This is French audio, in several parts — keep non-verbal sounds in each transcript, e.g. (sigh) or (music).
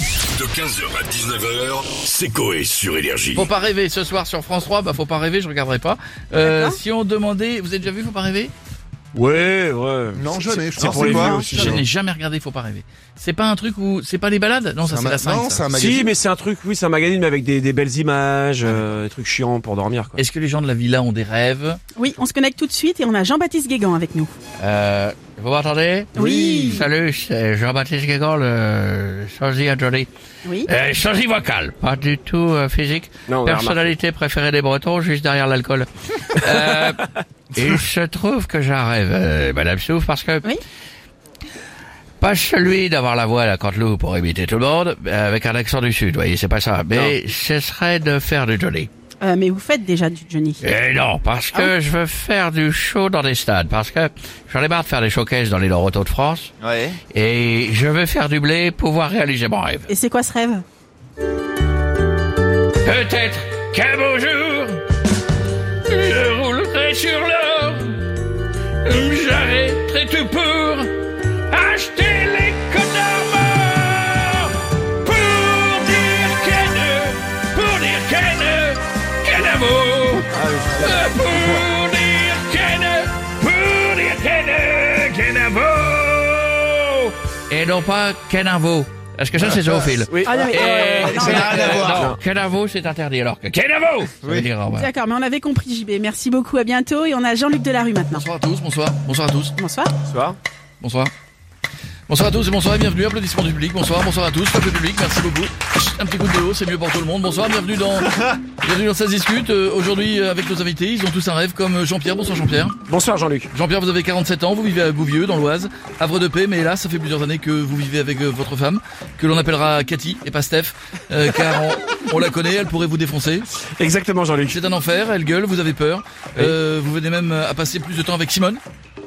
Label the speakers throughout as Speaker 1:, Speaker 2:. Speaker 1: De 15h à 19h, c'est Coé sur Énergie.
Speaker 2: Faut pas rêver ce soir sur France 3, bah faut pas rêver, je regarderai pas. Euh, si on demandait, vous avez déjà vu Faut pas rêver
Speaker 3: Ouais, ouais.
Speaker 4: Non, je n'ai, je
Speaker 3: C'est
Speaker 4: pense
Speaker 3: pour
Speaker 4: que
Speaker 3: les
Speaker 4: quoi
Speaker 3: vieux aussi,
Speaker 2: Je
Speaker 3: ça.
Speaker 2: n'ai jamais regardé Faut pas rêver. C'est pas un truc où c'est pas les balades Non, ça c'est
Speaker 4: un
Speaker 2: la
Speaker 4: ma-
Speaker 2: 5.
Speaker 4: non, c'est un
Speaker 3: Si,
Speaker 4: magazine.
Speaker 3: mais c'est un truc, oui, c'est un magazine, mais avec des, des belles images, euh, des trucs chiants pour dormir, quoi.
Speaker 2: Est-ce que les gens de la villa ont des rêves
Speaker 5: Oui, on se connecte tout de suite et on a Jean-Baptiste Guégan avec nous.
Speaker 2: euh, Vous m'entendez
Speaker 5: Oui.
Speaker 2: Salut, c'est Jean-Baptiste Guégan, le sosie adjoli.
Speaker 5: Oui.
Speaker 2: Euh, sosie vocal, pas du tout euh, physique.
Speaker 3: Non, on a
Speaker 2: Personnalité préférée des Bretons, juste derrière
Speaker 3: (laughs)
Speaker 2: l'alcool. euh, il se trouve que j'ai un rêve, euh, Madame Souf, parce que...
Speaker 5: Oui.
Speaker 2: Pas celui d'avoir la voix à la Canteloup pour imiter tout le monde, euh, avec un accent du Sud, voyez, c'est pas ça. Mais ce serait de faire du Johnny.
Speaker 5: Euh, mais vous faites déjà du Johnny.
Speaker 3: Eh.
Speaker 2: Et non, parce que je veux faire du show dans des stades, parce que j'en ai marre de faire des showcases dans les Lorotos de France,
Speaker 4: Ouais.
Speaker 2: et je veux faire du blé pour pouvoir réaliser mon rêve.
Speaker 5: Et c'est quoi ce rêve
Speaker 2: Peut-être qu'un beau jour, je roulerai sur l'or, j'arrêterai tout pour acheter les codes d'or. Pour dire qu'elle, pour dire qu'elle, qu'elle amour. Pour dire qu'elle, pour dire qu'elle, qu'elle amour. Et non pas qu'elle vaut. Parce que ça, c'est zoophile.
Speaker 3: Oui.
Speaker 5: Ah non, mais-
Speaker 2: Et-
Speaker 5: non,
Speaker 2: c'est-
Speaker 5: mais-
Speaker 4: rien à voir.
Speaker 2: euh, non, Kenavo, c'est interdit alors que Kenavo ça veut dire, euh, au revoir.
Speaker 5: D'accord, mais on avait compris JB. Merci beaucoup, à bientôt. Et on a Jean-Luc Delarue maintenant.
Speaker 2: Bonsoir à tous, bonsoir, bonsoir à tous,
Speaker 5: Bonsoir. (laughs)
Speaker 3: Bonsoir.
Speaker 2: bonsoir. Bonsoir à tous et bonsoir et bienvenue, applaudissements du public, bonsoir, bonsoir à tous, top le public, merci beaucoup. Chut, Un petit coup de déo, c'est mieux pour tout le monde. Bonsoir, bienvenue dans, bienvenue dans Ça se discute. Euh, Aujourd'hui euh, avec nos invités, ils ont tous un rêve comme euh, Jean-Pierre, bonsoir Jean-Pierre.
Speaker 3: Bonsoir, Jean-Luc.
Speaker 2: Jean-Pierre, vous avez 47 ans, vous vivez à Bouvieux, dans l'Oise, havre de paix, mais hélas, ça fait plusieurs années que vous vivez avec euh, votre femme, que l'on appellera Cathy et pas Steph, euh, car on- on la connaît, elle pourrait vous défoncer.
Speaker 3: Exactement, Jean-Luc.
Speaker 2: C'est un enfer, elle gueule, vous avez peur.
Speaker 3: Oui.
Speaker 2: Euh, vous venez même à passer plus de temps avec Simone.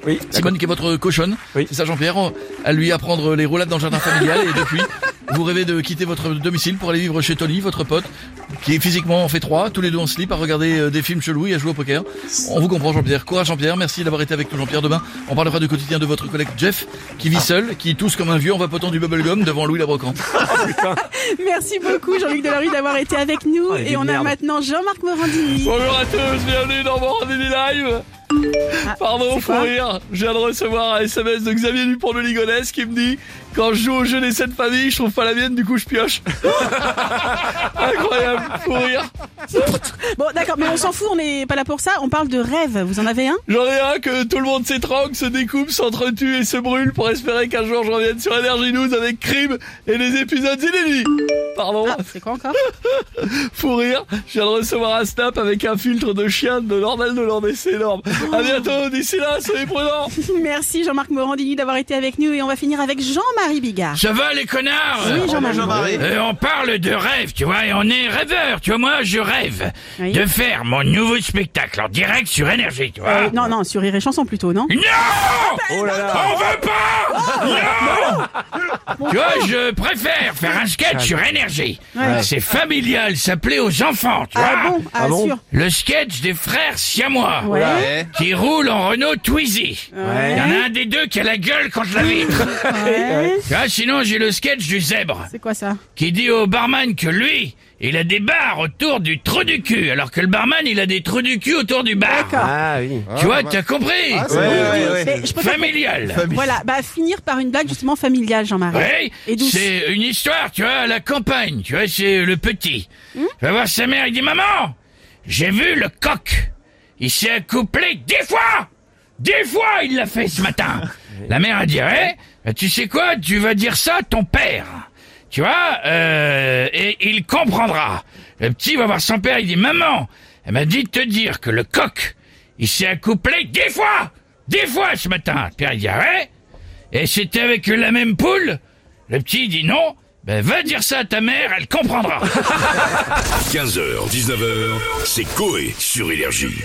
Speaker 3: Oui.
Speaker 2: Simone qui est votre cochonne.
Speaker 3: Oui.
Speaker 2: C'est ça Jean-Pierre, on- à lui apprendre les roulades dans le jardin familial et depuis, vous rêvez de quitter votre domicile pour aller vivre chez Tony, votre pote, qui est physiquement en fait trois, tous les deux en slip, à regarder euh, des films chelous et à jouer au poker. On vous comprend Jean-Pierre. Courage Jean-Pierre, merci d'avoir été avec nous Jean-Pierre. Demain, on parlera du quotidien de votre collègue Jeff, qui vit seul, qui tousse comme un vieux en vapotant du bubblegum devant Louis Labrocante.
Speaker 5: Merci beaucoup, Jean-Luc Delarue, d'avoir été avec nous.
Speaker 3: Oh, il est
Speaker 5: et on a
Speaker 3: merde. Oh.
Speaker 5: maintenant Jean-Marc Morandini.
Speaker 2: Bonjour à tous, bienvenue dans mon rendez-vous live. Pardon
Speaker 5: Ah, c'est
Speaker 2: pour
Speaker 5: quoi
Speaker 2: rire, je viens de recevoir un SMS de Xavier Dupont de Ligonnès qui me dit Quand je joue au jeu des 7 familles, je trouve pas la mienne, du coup je pioche. (laughs) Incroyable, pour rire.
Speaker 5: Bon, d'accord, mais on s'en fout, on n'est pas là pour ça. On parle de rêve. Vous en avez un
Speaker 2: J'en ai un que tout le monde s'étrangle, se découpe, s'entretue et se brûle pour espérer qu'un jour je revienne sur Energy News avec Crime et les épisodes inédits.
Speaker 3: Oh.
Speaker 2: Pardon.
Speaker 5: Ah, c'est quoi encore (laughs)
Speaker 2: Fou rire, je viens de recevoir un snap avec un filtre de chien de Nordal de Landais, c'est énorme. À bientôt, d'ici là, soyez prudents.
Speaker 5: Merci, Jean-Marc Morandini, d'avoir été avec nous. Et on va finir avec Jean-Marie Bigard.
Speaker 2: Ça va les connards
Speaker 5: Oui, Jean-Marie.
Speaker 2: Euh, on parle de rêve, tu vois, et on est rêveur, tu vois, moi je rêve
Speaker 5: Oui.
Speaker 2: de faire mon nouveau spectacle en direct sur énergie, tu vois.
Speaker 5: Euh, non, Ah. non, sur Rire et Chanson plutôt, non
Speaker 2: Non
Speaker 3: Oh là là.
Speaker 2: On veut pas
Speaker 5: Ah.
Speaker 2: Non Tu vois, je préfère faire un sketch sur énergie. Ah,
Speaker 5: Ouais.
Speaker 2: C'est familial, ça plaît aux enfants, tu vois.
Speaker 5: Ah bon Ah,
Speaker 3: Ah bon Oh
Speaker 5: sûr.
Speaker 2: Le sketch des frères siamois
Speaker 5: Ouais.
Speaker 2: qui roulent en Renault Twizy. Il y en
Speaker 5: Hein
Speaker 3: Ouais.
Speaker 2: a un des deux qui a la gueule contre la vitre.
Speaker 5: ouais.
Speaker 2: tu vois, sinon j'ai le sketch du zèbre.
Speaker 5: C'est quoi ça
Speaker 2: qui dit au barman que lui, il a des barres autour du trou du cul, alors que le barman, il a des trous du cul autour du bar.
Speaker 5: D'accord.
Speaker 3: Ah oui.
Speaker 2: Tu vois, t'as compris
Speaker 4: Ah, c'est
Speaker 3: Ouais,
Speaker 4: bon.
Speaker 3: ouais,
Speaker 5: Mais je préfère-
Speaker 2: Familial.
Speaker 5: Voilà, bah finir par une blague justement familiale, Jean-Marie.
Speaker 2: Oui,
Speaker 5: Et douce.
Speaker 2: c'est une histoire, tu vois, à la campagne, tu vois, c'est euh, le petit. Tu vas voir sa mère, il dit, maman, j'ai vu le coq. Il s'est accouplé dix fois Dix fois, il l'a fait ce matin. La mère a dit, Eh, ben, tu sais quoi, tu vas dire ça à ton père. Tu vois, euh, et il comprendra. Le petit va voir son père, il dit, maman, elle m'a dit de te dire que le coq, il s'est accouplé dix fois Dix fois ce matin. Le père, il dit, eh, Ouais. Et c'était avec la même poule Le petit dit non. Ben va dire ça à ta mère, elle comprendra.
Speaker 1: 15h, 19h, c'est Coé sur Énergie.